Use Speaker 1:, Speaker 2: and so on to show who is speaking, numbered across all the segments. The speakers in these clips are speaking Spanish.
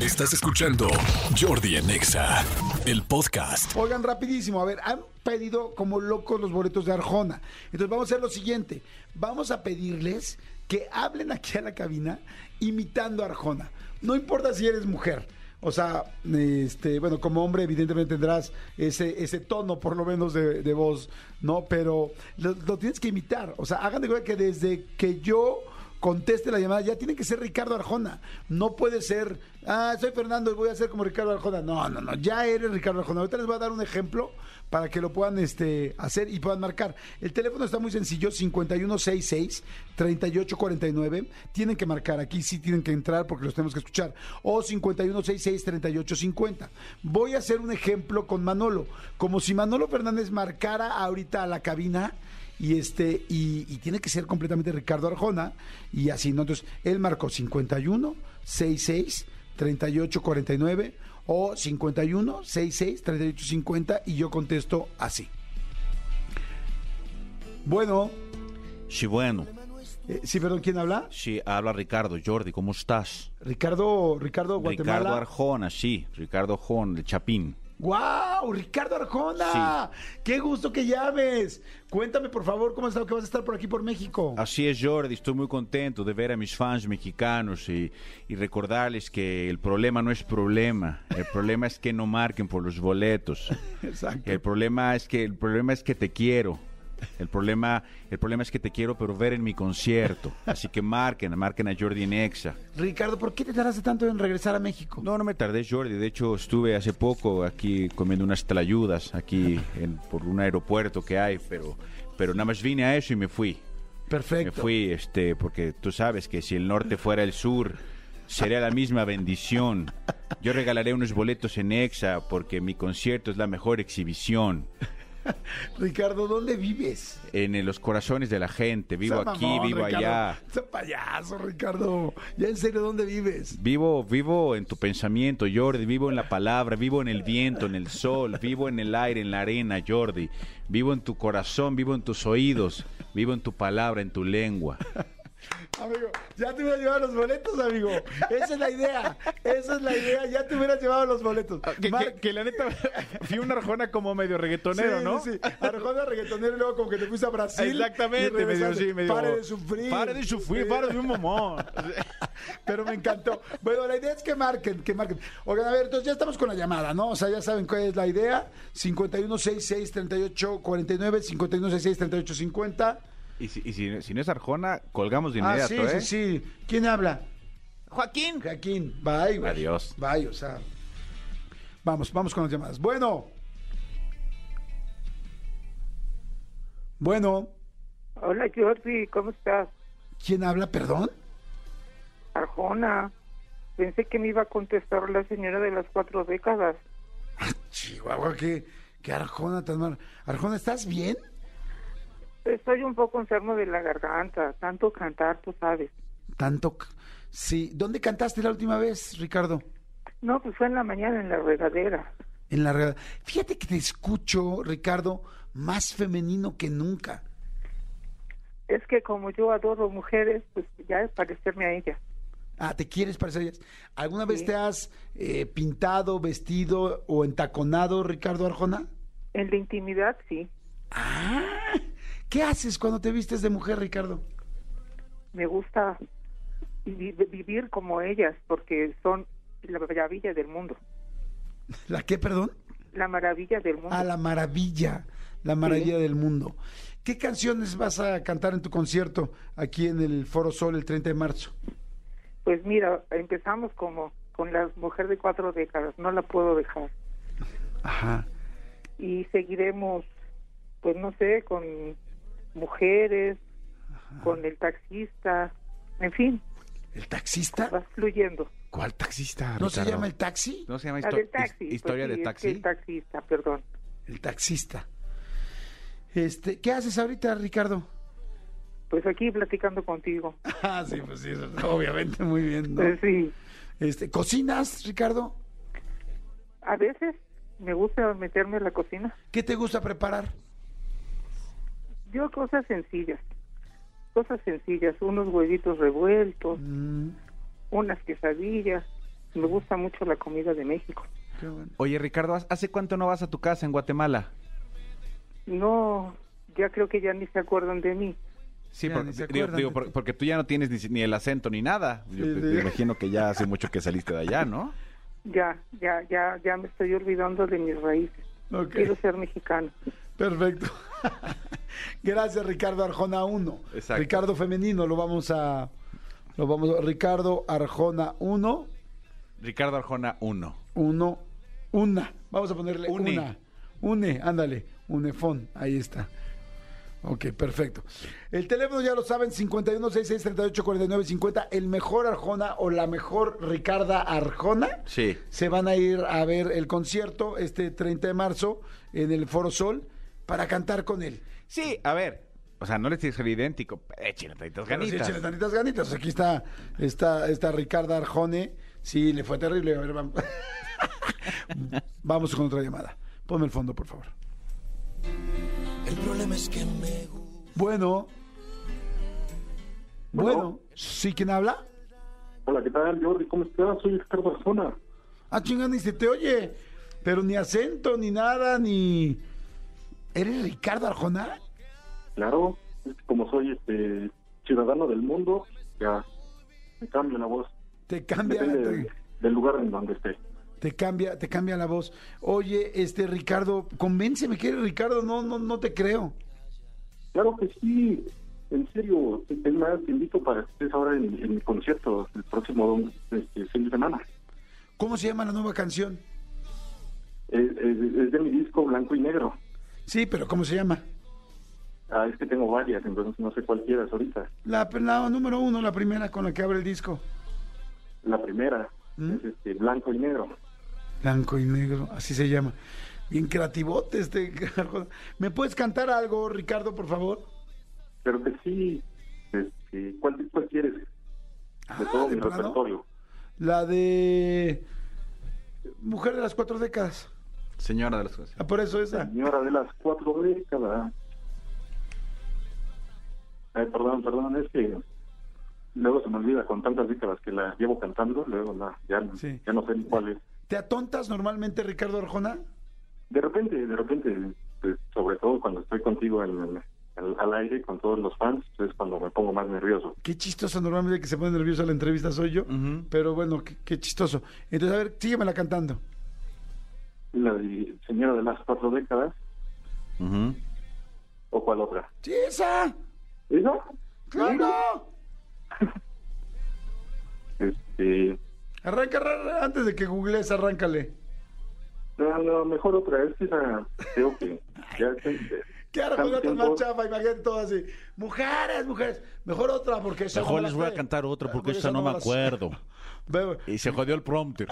Speaker 1: Estás escuchando Jordi en Exa, el podcast.
Speaker 2: Oigan, rapidísimo, a ver, han pedido como locos los boletos de Arjona. Entonces vamos a hacer lo siguiente, vamos a pedirles que hablen aquí a la cabina imitando a Arjona. No importa si eres mujer. O sea, este, bueno, como hombre evidentemente tendrás ese, ese tono por lo menos de, de voz, ¿no? Pero lo, lo tienes que imitar. O sea, hagan de cuenta que desde que yo conteste la llamada, ya tiene que ser Ricardo Arjona. No puede ser, ah, soy Fernando y voy a ser como Ricardo Arjona. No, no, no, ya eres Ricardo Arjona. Ahorita les voy a dar un ejemplo para que lo puedan este, hacer y puedan marcar. El teléfono está muy sencillo, 5166-3849. Tienen que marcar aquí, sí tienen que entrar porque los tenemos que escuchar. O 5166-3850. Voy a hacer un ejemplo con Manolo. Como si Manolo Fernández marcara ahorita a la cabina y este y, y tiene que ser completamente Ricardo Arjona y así no entonces él marcó 51 66 38 49 o 51 66 38 50 y yo contesto así bueno
Speaker 3: Sí, bueno.
Speaker 2: eh, sí perdón quién habla
Speaker 3: Sí, habla Ricardo. Jordi, ¿cómo estás?
Speaker 2: Ricardo Ricardo Guatemala
Speaker 3: Ricardo Arjona, sí. Ricardo Arjona, el Chapín.
Speaker 2: ¡Wow! ¡Ricardo Arjona! ¡Qué gusto que llames! Cuéntame, por favor, cómo has estado, que vas a estar por aquí por México.
Speaker 3: Así es, Jordi. Estoy muy contento de ver a mis fans mexicanos y, y recordarles que el problema no es problema. El problema es que no marquen por los boletos.
Speaker 2: Exacto.
Speaker 3: El problema es que el problema es que te quiero. El problema, el problema es que te quiero, pero ver en mi concierto. Así que marquen, marquen a Jordi Nexa.
Speaker 2: Ricardo, ¿por qué te tardaste tanto en regresar a México?
Speaker 3: No, no me tardé, Jordi. De hecho, estuve hace poco aquí comiendo unas tlayudas aquí en- por un aeropuerto que hay, pero, pero nada más vine a eso y me fui. Me
Speaker 2: Perfecto.
Speaker 3: fui, este, porque tú sabes que si el norte fuera el sur, sería la misma bendición. Yo regalaré unos boletos en Exa porque mi concierto es la mejor exhibición.
Speaker 2: Ricardo, ¿dónde vives?
Speaker 3: En eh, los corazones de la gente. Vivo
Speaker 2: Seas
Speaker 3: aquí,
Speaker 2: mamón,
Speaker 3: vivo
Speaker 2: Ricardo.
Speaker 3: allá.
Speaker 2: Seas payaso, Ricardo. Ya en serio, ¿dónde vives?
Speaker 3: Vivo, vivo en tu pensamiento, Jordi, vivo en la palabra, vivo en el viento, en el sol, vivo en el aire, en la arena, Jordi, vivo en tu corazón, vivo en tus oídos, vivo en tu palabra, en tu lengua.
Speaker 2: Amigo, ya te hubiera llevado los boletos, amigo. Esa es la idea. Esa es la idea. Ya te hubieras llevado los boletos.
Speaker 4: Ah, Que,
Speaker 2: Mar-
Speaker 4: que- que la neta, fui un Arjona como medio reggaetonero,
Speaker 2: Sí,
Speaker 4: ¿no? Ah,
Speaker 2: Sí, sí. Arjona reggaetonero y luego como que te fuiste a Brasil. y
Speaker 4: Exactamente, medio
Speaker 2: regresaste.
Speaker 4: sí, medio.
Speaker 2: Pare de sufrir.
Speaker 4: Pare de sufrir,
Speaker 2: Sí.
Speaker 4: pare de un momón.
Speaker 2: Pero me encantó. Bueno, la idea es que marquen, que marquen. Oigan, a ver, entonces ya estamos con la llamada, ¿no? O sea, ya saben cuál es la idea. 5166-3849, 5166-3850.
Speaker 3: Y si, y si- si no es Arjona, colgamos de
Speaker 2: Ah,
Speaker 3: inmediato,
Speaker 2: sí,
Speaker 3: ¿eh?
Speaker 2: sí, sí. ¿Quién habla?
Speaker 3: Joaquín.
Speaker 2: Joaquín. Bye, güey.
Speaker 3: Adiós.
Speaker 2: Bye, o sea. Vamos, vamos con las llamadas. Bueno. Bueno.
Speaker 5: Hola Jordi, ¿cómo estás?
Speaker 2: ¿Quién habla? Perdón.
Speaker 5: Arjona. Pensé que me iba a contestar la señora de las cuatro décadas.
Speaker 2: Chihuahua, qué, qué Arjona tan mal. Arjona, ¿estás bien?
Speaker 5: Estoy un poco enfermo de la garganta, tanto cantar, tú sabes.
Speaker 2: Tanto. c- Sí. ¿Dónde cantaste la última vez, Ricardo?
Speaker 5: No, pues fue en la mañana en la regadera.
Speaker 2: En la realidad. Fíjate que te escucho, Ricardo, más femenino que nunca.
Speaker 5: Es que como yo adoro mujeres, pues ya es parecerme a ellas.
Speaker 2: Ah, ¿te quieres parecer a ellas? ¿Alguna vez
Speaker 5: Sí.
Speaker 2: te has eh, pintado, vestido o entaconado, Ricardo Arjona?
Speaker 5: En la intimidad, sí.
Speaker 2: Ah, ¿qué haces cuando te vistes de mujer, Ricardo?
Speaker 5: Me gusta vi- vivir como ellas, porque son la maravilla del mundo.
Speaker 2: ¿La qué, perdón?
Speaker 5: La maravilla del mundo.
Speaker 2: Ah, la maravilla, la maravilla del mundo. ¿Qué canciones vas a cantar en tu concierto aquí en el Foro Sol el 30 de marzo?
Speaker 5: Pues mira, empezamos como con la mujer de cuatro décadas, no la puedo dejar.
Speaker 2: Ajá.
Speaker 5: y seguiremos, pues no sé, con mujeres, con el taxista, en fin,
Speaker 2: ¿El taxista?
Speaker 5: va fluyendo.
Speaker 4: ¿Cuál taxista,
Speaker 2: ¿No se
Speaker 4: Ricardo?
Speaker 2: llama el taxi?
Speaker 3: ¿No se llama
Speaker 5: La
Speaker 3: histo-
Speaker 5: del taxi.
Speaker 3: his- historia de
Speaker 5: pues sí, es que
Speaker 3: taxi?
Speaker 5: el taxista, perdón.
Speaker 2: El taxista. Este, ¿qué haces ahorita, Ricardo?
Speaker 5: Pues aquí platicando contigo.
Speaker 2: Ah, sí, pues sí, obviamente, muy bien. ¿no?
Speaker 5: Pues sí,
Speaker 2: Este, ¿cocinas, Ricardo?
Speaker 5: a veces me gusta meterme en la cocina.
Speaker 2: ¿Qué te gusta preparar?
Speaker 5: Yo cosas sencillas, cosas sencillas, unos huevitos revueltos,
Speaker 2: Mm,
Speaker 5: unas quesadillas, Me gusta mucho la comida de México.
Speaker 2: Qué bueno.
Speaker 3: Oye, Ricardo, ¿has- ¿hace cuánto no vas a tu casa en Guatemala?
Speaker 5: No, ya creo que ya ni se acuerdan de mí.
Speaker 3: Sí,
Speaker 2: Ya,
Speaker 3: por-
Speaker 2: ni se
Speaker 3: digo,
Speaker 2: acuerdan
Speaker 3: digo,
Speaker 2: de
Speaker 3: por-
Speaker 2: ti.
Speaker 3: porque tú ya no tienes ni, si- ni el acento ni nada. Yo
Speaker 2: Sí,
Speaker 3: te-
Speaker 2: sí.
Speaker 3: te imagino que ya hace mucho que saliste de allá, ¿no?
Speaker 5: Ya, ya, ya, ya me estoy olvidando de mis raíces.
Speaker 2: Ok,
Speaker 5: Quiero ser mexicano.
Speaker 2: perfecto. Gracias, Ricardo Arjona 1.
Speaker 3: Exacto.
Speaker 2: Ricardo Femenino, lo vamos a. Lo vamos a- Ricardo Arjona 1,
Speaker 3: Ricardo Arjona 1.
Speaker 2: 1, una. Vamos a ponerle
Speaker 3: Une.
Speaker 2: una. Une, ándale. Unefón, ahí está. Ok, perfecto. El teléfono ya lo saben, 5166384950. El mejor Arjona o la mejor Ricarda Arjona.
Speaker 3: Sí.
Speaker 2: se van a ir a ver el concierto este 30 de marzo en el Foro Sol para cantar con él.
Speaker 3: Sí, a ver. O sea, no le tienes que ser idéntico. Eh, Échenle tantitas
Speaker 2: Pero sí,
Speaker 3: ganitas.
Speaker 2: échale tantitas ganitas. Aquí está, está, está Ricardo Arjone. Sí, le fue terrible. A ver, vamos. vamos con otra llamada. Ponme el fondo, por favor. Bueno. Bueno. ¿Sí quién habla?
Speaker 6: Hola, ¿qué tal, Jordi? ¿Cómo estás? Soy Ricardo Arzona.
Speaker 2: Ah, chingada, ni se te oye. Pero ni acento, ni nada, ni... ¿Eres Ricardo Arjona?
Speaker 6: Claro, es que como soy este ciudadano del mundo, ya me cambia la voz.
Speaker 2: Te cambia,
Speaker 6: Depende del,
Speaker 2: te,
Speaker 6: del lugar en donde esté.
Speaker 2: te cambia, te cambia la voz. Oye, este Ricardo, convénceme que eres Ricardo, no, no, no te creo.
Speaker 6: Claro que sí, en serio. Es más, te invito para que estés ahora en, en mi concierto el próximo dom- este, fin de semana.
Speaker 2: ¿Cómo se llama la nueva canción?
Speaker 6: Es, es- es de mi disco Blanco y Negro.
Speaker 2: Sí, pero ¿cómo se llama?
Speaker 6: Ah, es que tengo varias, entonces no sé cuál quieras ahorita.
Speaker 2: La, la número uno, la primera con la que abre el disco.
Speaker 6: La primera
Speaker 2: ¿Mm?
Speaker 6: es este, Blanco y Negro.
Speaker 2: Blanco y negro, así se llama. Bien creativote este. Arjona. ¿Me puedes cantar algo, Ricardo, por favor?
Speaker 6: Pero que sí, este, ¿cuál, ¿cuál quieres? De
Speaker 2: Ah,
Speaker 6: todo
Speaker 2: ¿de
Speaker 6: mi
Speaker 2: plano?
Speaker 6: repertorio.
Speaker 2: La de Mujer de las cuatro décadas.
Speaker 3: Señora de las cosas.
Speaker 2: Ah, por eso esa.
Speaker 6: Señora de las cuatro décadas. Ay, perdón, perdón, es que luego se me olvida con tantas décadas que la llevo cantando, luego la- ya,
Speaker 2: Sí.
Speaker 6: ya no sé ni cuál es.
Speaker 2: ¿Te atontas normalmente, Ricardo Arjona?
Speaker 6: De repente, de repente, pues, sobre todo cuando estoy contigo en- en- al aire con todos los fans, es cuando me pongo más nervioso.
Speaker 2: Qué chistoso, normalmente que se pone nervioso la entrevista soy yo,
Speaker 3: Ujú.
Speaker 2: pero bueno, qué, qué chistoso. Entonces, a ver, síguemela cantando.
Speaker 6: La de Señora de las cuatro décadas
Speaker 3: Ujú.
Speaker 6: o cuál otra.
Speaker 2: ¡Sí, esa!
Speaker 6: ¿Esa?
Speaker 2: ¡Claro!
Speaker 6: Este,
Speaker 2: Arranca, arranca, antes de que googlees, arráncale.
Speaker 6: no, no, mejor otra. Es que esa creo que ya
Speaker 2: ¿Qué ahora
Speaker 6: tanto
Speaker 2: me
Speaker 6: tiempo-
Speaker 2: más chafa? Imagínate todo así. Mujeres, mujeres. Mejor otra, porque esa no
Speaker 3: Mejor
Speaker 2: me
Speaker 3: les
Speaker 2: la
Speaker 3: voy a
Speaker 2: sé.
Speaker 3: cantar otro porque
Speaker 2: esa
Speaker 3: esta no me
Speaker 2: la sé.
Speaker 3: acuerdo.
Speaker 2: Ve-
Speaker 3: Y se jodió el prompter.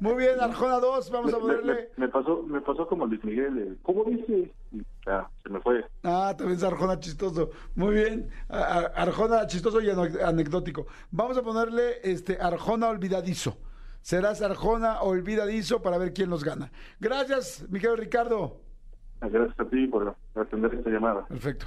Speaker 2: Muy bien, Arjona 2,
Speaker 6: Me,
Speaker 2: vamos a
Speaker 6: me-
Speaker 2: ponerle.
Speaker 6: me- me pasó, me pasó como Luis Miguel. el, ¿Cómo dice? Y, ah, se me fue.
Speaker 2: Ah, también es Arjona chistoso. Muy bien. A- a- Arjona chistoso y ano- anecdótico. Vamos a ponerle este Arjona olvidadizo. Serás Arjona olvidadizo para ver quién los gana. Gracias, mi querido Ricardo.
Speaker 6: Gracias a ti por atender esta llamada.
Speaker 2: Perfecto.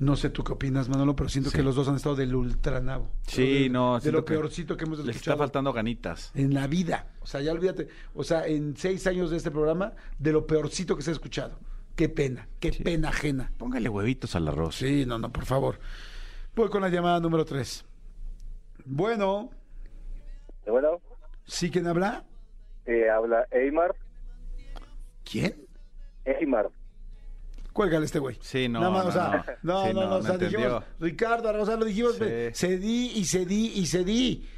Speaker 2: No sé tú qué opinas, Manolo, pero siento que los dos han estado del ultranabo.
Speaker 3: Sí,
Speaker 2: De-
Speaker 3: no,
Speaker 2: De
Speaker 3: siento
Speaker 2: lo
Speaker 3: que
Speaker 2: peorcito que hemos
Speaker 3: Les está
Speaker 2: escuchado
Speaker 3: faltando ganitas.
Speaker 2: en la vida. O sea, ya olvídate. O sea, en seis años de este programa, de lo peorcito que se ha escuchado. Qué pena, qué pena ajena.
Speaker 3: Póngale huevitos al arroz.
Speaker 2: Sí, no, no, por favor. Voy con la llamada número 3. Bueno,
Speaker 7: Bueno,
Speaker 2: ¿sí quién habla?
Speaker 7: eh, habla Eymar.
Speaker 2: ¿Quién?
Speaker 7: Eymar.
Speaker 2: Cuélgale este güey.
Speaker 3: Sí, no,
Speaker 2: Nada más,
Speaker 3: no,
Speaker 2: o sea,
Speaker 3: no.
Speaker 2: no,
Speaker 3: Sí,
Speaker 2: no,
Speaker 3: no,
Speaker 2: no, o
Speaker 3: no
Speaker 2: sea, dijimos,
Speaker 3: entendió.
Speaker 2: Ricardo, o sea, lo dijimos,
Speaker 3: Sí.
Speaker 2: cedí y cedí y cedí.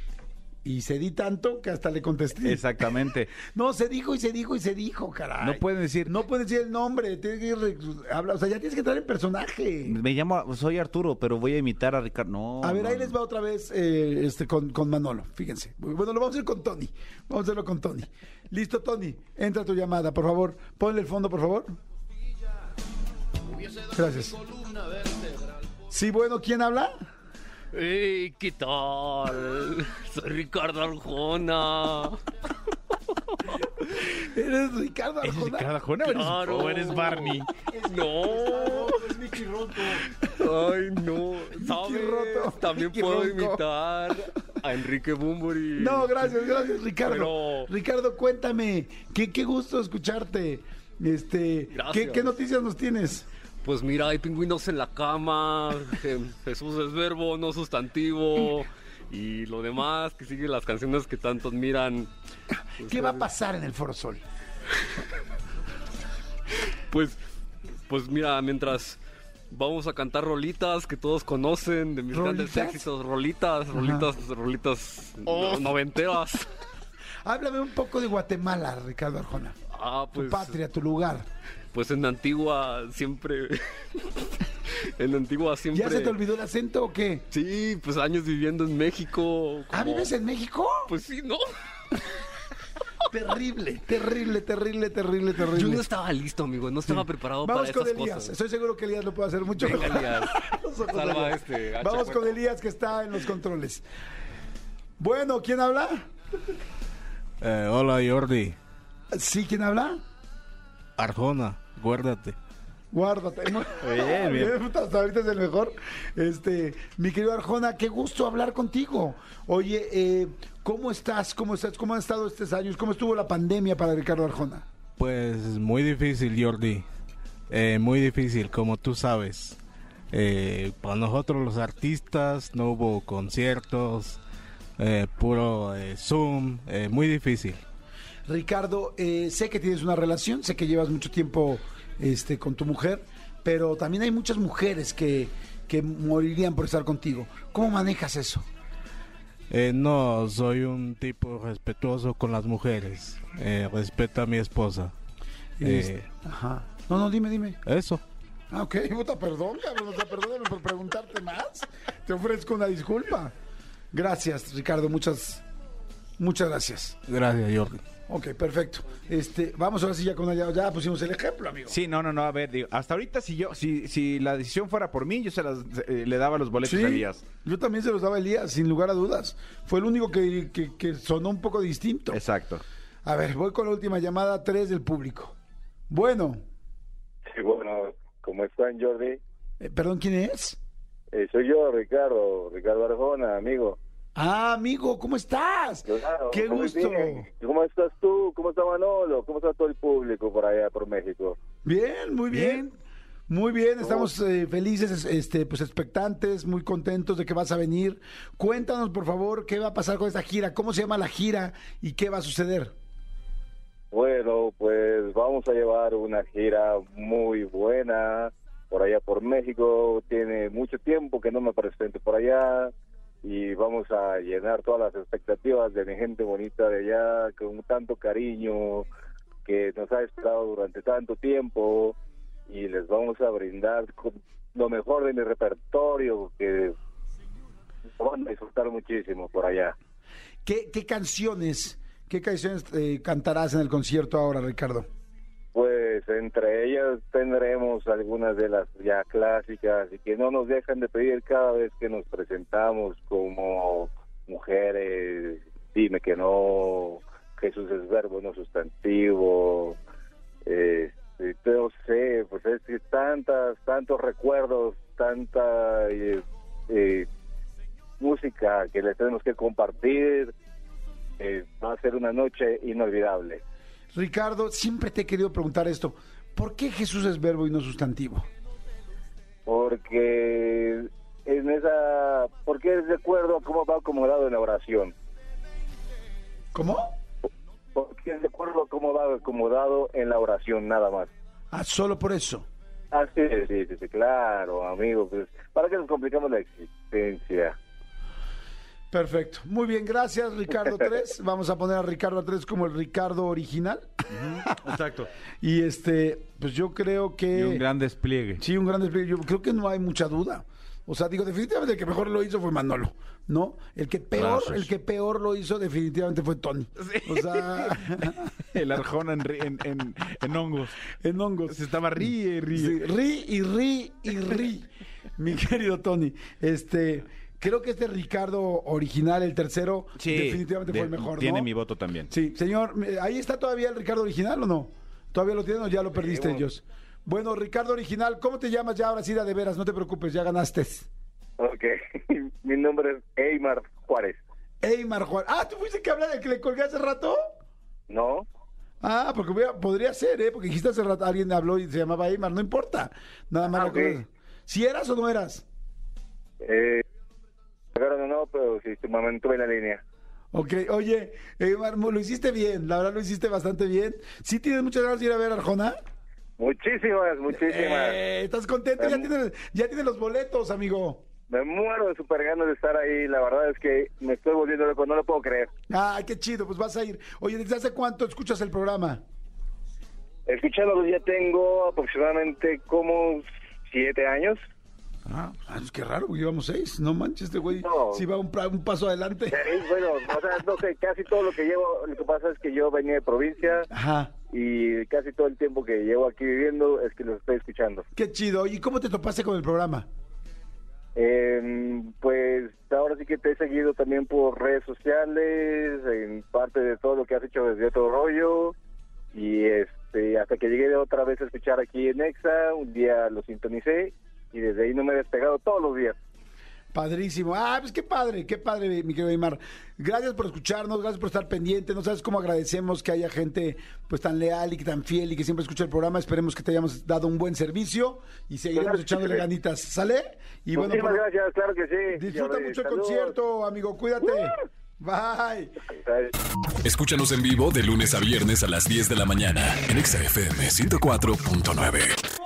Speaker 2: Y cedí tanto que hasta le contesté.
Speaker 3: Exactamente.
Speaker 2: No, se dijo y se dijo y se dijo, caray.
Speaker 3: No pueden decir,
Speaker 2: No puedes decir el nombre, tienes que ir, re- habla, o sea, ya tienes que entrar en personaje.
Speaker 3: me llamo, soy Arturo, pero voy a imitar a Ricardo. No.
Speaker 2: A ver,
Speaker 3: no,
Speaker 2: ahí les va otra vez eh, este, con, con Manolo, fíjense. Bueno, lo vamos a ir con Tony. Vamos a hacerlo con Tony. Listo, Tony. Entra tu llamada, por favor. Ponle el fondo, por favor. Gracias. Sí, bueno, ¿quién habla?
Speaker 8: ¡Ey! ¿Qué tal? Soy Ricardo Arjona.
Speaker 2: Eres Ricardo Arjona.
Speaker 4: Arjona o eres-
Speaker 8: Claro.
Speaker 4: o eres Barney?
Speaker 8: No.
Speaker 2: es Mickey
Speaker 8: Ay, no.
Speaker 2: Roto,
Speaker 8: ¿Sabes? También
Speaker 2: Mickey
Speaker 8: puedo
Speaker 2: Ronco.
Speaker 8: imitar a Enrique Bumburi.
Speaker 2: No, gracias, gracias, Ricardo.
Speaker 8: Pero-
Speaker 2: Ricardo, cuéntame, qué, qué gusto escucharte. Este, ¿qué,
Speaker 8: Gracias.
Speaker 2: qué noticias nos tienes?
Speaker 8: Pues mira, hay pingüinos en la cama. Je- Jesús es verbo, no sustantivo. Y lo demás, que sigue las canciones que tantos miran.
Speaker 2: ¿Qué va a pasar en el Foro Sol?
Speaker 8: Pues, pues mira, mientras vamos a cantar rolitas que todos conocen de mis grandes
Speaker 2: ¿Rolitas?
Speaker 8: éxitos, rolitas, rolitas, rolitas no- noventeras.
Speaker 2: Háblame un poco de Guatemala, Ricardo Arjona.
Speaker 8: Ah,
Speaker 2: Tu
Speaker 8: pues,
Speaker 2: patria, tu lugar.
Speaker 8: pues en Antigua siempre, en Antigua siempre.
Speaker 2: ¿Ya se te olvidó el acento o qué?
Speaker 8: Sí, pues años viviendo en México.
Speaker 2: ¿Ah,
Speaker 8: como-
Speaker 2: vives en México?
Speaker 8: Pues sí, no.
Speaker 2: Terrible, terrible, terrible, terrible, terrible.
Speaker 8: Yo no estaba listo, amigo. No estaba preparado
Speaker 2: Pues Vamos
Speaker 8: para
Speaker 2: con
Speaker 8: estas
Speaker 2: Elías.
Speaker 8: cosas.
Speaker 2: Estoy seguro que Elías lo puede hacer mucho
Speaker 8: Venga,
Speaker 2: mejor.
Speaker 8: Elías.
Speaker 2: Los ojos de
Speaker 8: Salva a
Speaker 2: Elías.
Speaker 8: este, a
Speaker 2: Vamos
Speaker 8: Chacueco.
Speaker 2: con Elías que está en los controles. Bueno, ¿quién habla?
Speaker 9: Eh, hola Jordi.
Speaker 2: Sí, ¿quién habla?
Speaker 9: Arjona, guárdate.
Speaker 2: Guárdate.
Speaker 4: Bien, bien.
Speaker 2: Puta, Hasta ahorita es el mejor. Este, mi querido Arjona, qué gusto hablar contigo. Oye, eh, ¿cómo estás? ¿Cómo estás? ¿Cómo han estado estos años? ¿Cómo estuvo la pandemia para Ricardo Arjona?
Speaker 9: Pues muy difícil Jordi. Eh, muy difícil, como tú sabes. Eh, para nosotros los artistas no hubo conciertos, eh, puro eh, Zoom, eh, muy difícil.
Speaker 2: Ricardo, eh, sé que tienes una relación, sé que llevas mucho tiempo este, con tu mujer, pero también hay muchas mujeres que, que morirían por estar contigo. ¿Cómo manejas eso?
Speaker 9: Eh, no, soy un tipo respetuoso con las mujeres. Eh, respeto a mi esposa. Eh,
Speaker 2: Este, Ajá. No, no, dime, dime.
Speaker 9: eso.
Speaker 2: Ah, ok, puta, perdón, cabrón, o sea, perdóname por preguntarte más. Te ofrezco una disculpa. Gracias, Ricardo, muchas, muchas gracias.
Speaker 9: Gracias, Jordi.
Speaker 2: Ok, perfecto. Este, vamos ahora sí ya con allá, ya pusimos el ejemplo, amigo.
Speaker 3: Sí, no, no, no, a ver, digo, hasta ahorita si yo, si, si la decisión fuera por mí, yo se las, eh, le daba los boletos
Speaker 2: Sí,
Speaker 3: a Elías.
Speaker 2: yo también se los daba a Elías, sin lugar a dudas. Fue el único que, que- que sonó un poco distinto.
Speaker 3: Exacto.
Speaker 2: A ver, voy con la última llamada, tres del público. Bueno,
Speaker 7: Sí, bueno, ¿cómo están, Jordi?
Speaker 2: eh, perdón, ¿quién es?
Speaker 7: Eh, soy yo, Ricardo, Ricardo Arjona, amigo.
Speaker 2: Ah, amigo, ¿cómo estás?
Speaker 7: Claro,
Speaker 2: Qué
Speaker 7: muy
Speaker 2: gusto.
Speaker 7: bien. ¿Cómo estás tú? ¿Cómo está Manolo? ¿Cómo está todo el público por allá, por México?
Speaker 2: Bien, muy bien. Muy bien, estamos eh, felices, es- este, pues expectantes, muy contentos de que vas a venir. Cuéntanos, por favor, qué va a pasar con esta gira, cómo se llama la gira y qué va a suceder.
Speaker 7: Bueno, pues vamos a llevar una gira muy buena por allá por México. Tiene mucho tiempo que no me presento por allá y vamos a llenar todas las expectativas de mi gente bonita de allá con tanto cariño que nos ha esperado durante tanto tiempo y les vamos a brindar con lo mejor de mi repertorio que lo van a disfrutar muchísimo por allá.
Speaker 2: ¿Qué, qué canciones, qué canciones eh, cantarás en el concierto ahora, Ricardo?
Speaker 7: Pues entre ellas tendremos algunas de las ya clásicas y que no nos dejan de pedir cada vez que nos presentamos como mujeres, dime que no, Jesús es verbo, no sustantivo, eh, eh, no sé, pues es que tantas, tantos recuerdos, tanta eh, eh, música que les tenemos que compartir, eh, va a ser una noche inolvidable.
Speaker 2: Ricardo, siempre te he querido preguntar esto. ¿Por qué Jesús es verbo y no sustantivo?
Speaker 7: porque en esa porque es de acuerdo a cómo va acomodado en la oración
Speaker 2: ¿Cómo?
Speaker 7: porque es de acuerdo a cómo va acomodado en la oración nada más
Speaker 2: Ah, solo por eso.
Speaker 7: así es sí, sí, sí, claro amigo pues para que nos complicamos la existencia
Speaker 2: Perfecto. Muy bien, gracias, Ricardo 3. Vamos a poner a Ricardo 3 como el Ricardo original.
Speaker 3: Exacto.
Speaker 2: Y este, pues yo creo que.
Speaker 3: Y un gran despliegue.
Speaker 2: Sí, un gran despliegue. Yo creo que no hay mucha duda. O sea, digo, definitivamente el que mejor lo hizo fue Manolo, ¿no? El que peor,
Speaker 3: Gracias.
Speaker 2: el que peor lo hizo definitivamente fue Tony. O sea,
Speaker 3: El Arjona en, ri- en, en- en hongos.
Speaker 2: en hongos.
Speaker 3: Se estaba ríe, ríe.
Speaker 2: Sí, ri y ri y ri. Mi querido Tony, este, creo que este Ricardo original, el tercero, definitivamente
Speaker 3: de-
Speaker 2: fue el mejor. ¿no?
Speaker 3: Tiene mi voto también.
Speaker 2: Sí, señor, me- ahí está todavía el Ricardo original o no? ¿Todavía lo tienen o ya lo perdiste ellos? Bueno, Ricardo original, ¿cómo te llamas ya ahora sí de veras? No te preocupes, ya ganaste.
Speaker 7: ok mi nombre es Eymar Juárez
Speaker 2: Eymar Juárez. Ah, ¿tú fuiste el que habla del que le colgué hace rato?
Speaker 7: ¿No?
Speaker 2: Ah, porque hubiera- podría ser, ¿eh? Porque dijiste hace rato alguien habló y se llamaba Eymar, no importa. Nada más
Speaker 7: Ah,
Speaker 2: lo que-
Speaker 7: ok.
Speaker 2: Si eras o no eras.
Speaker 7: Eh, pagaron o no, pero sí, me mantuve en la línea.
Speaker 2: Ok, oye, Eymar, lo hiciste bien, la verdad lo hiciste bastante bien. ¿Sí tienes muchas ganas de ir a ver a Arjona?
Speaker 7: Muchísimas, muchísimas.
Speaker 2: Eh, ¿Estás contento? Ya
Speaker 7: Em.
Speaker 2: tienes, ya tienes los boletos, amigo.
Speaker 7: Me muero de super ganas de estar ahí. La verdad es que me estoy volviendo loco, no lo puedo creer.
Speaker 2: Ah, qué chido, pues vas a ir. Oye, ¿desde hace cuánto escuchas el programa?
Speaker 7: Escuchándolos pues, ya tengo aproximadamente como siete años.
Speaker 2: Ah, pues qué raro, porque llevamos seis. No manches, este güey
Speaker 7: No.
Speaker 2: sí va un, pra- un paso adelante.
Speaker 7: Eh, bueno, o sea, no sé, casi todo lo que llevo, lo que pasa es que yo venía de provincia
Speaker 2: Ajá,
Speaker 7: y casi todo el tiempo que llevo aquí viviendo es que los estoy escuchando.
Speaker 2: qué chido. Oye, ¿y cómo te topaste con el programa?
Speaker 7: Eh, pues ahora sí que te he seguido también por redes sociales, en parte de todo lo que has hecho desde otro rollo. Y este, hasta que llegué otra vez a escuchar aquí en Exa, un día lo sintonicé y desde ahí no me he despegado todos los días.
Speaker 2: Padrísimo. Ah, pues qué padre, qué padre, mi querido Aymar. Gracias por escucharnos, gracias por estar pendiente. No sabes cómo agradecemos que haya gente pues tan leal y que tan fiel y que siempre escucha el programa. Esperemos que te hayamos dado un buen servicio y seguiremos
Speaker 7: Claro que
Speaker 2: echándole
Speaker 7: sí.
Speaker 2: ganitas. ¿Sale? Y bueno,
Speaker 7: eh. Muchísimas
Speaker 2: por-
Speaker 7: gracias, claro que sí.
Speaker 2: disfruta
Speaker 7: Y,
Speaker 2: mucho el
Speaker 7: saludos.
Speaker 2: concierto, amigo. Cuídate. Bye.
Speaker 7: Gracias.
Speaker 1: Escúchanos en vivo de lunes a viernes a las 10 de la mañana en Exa FM 104.9.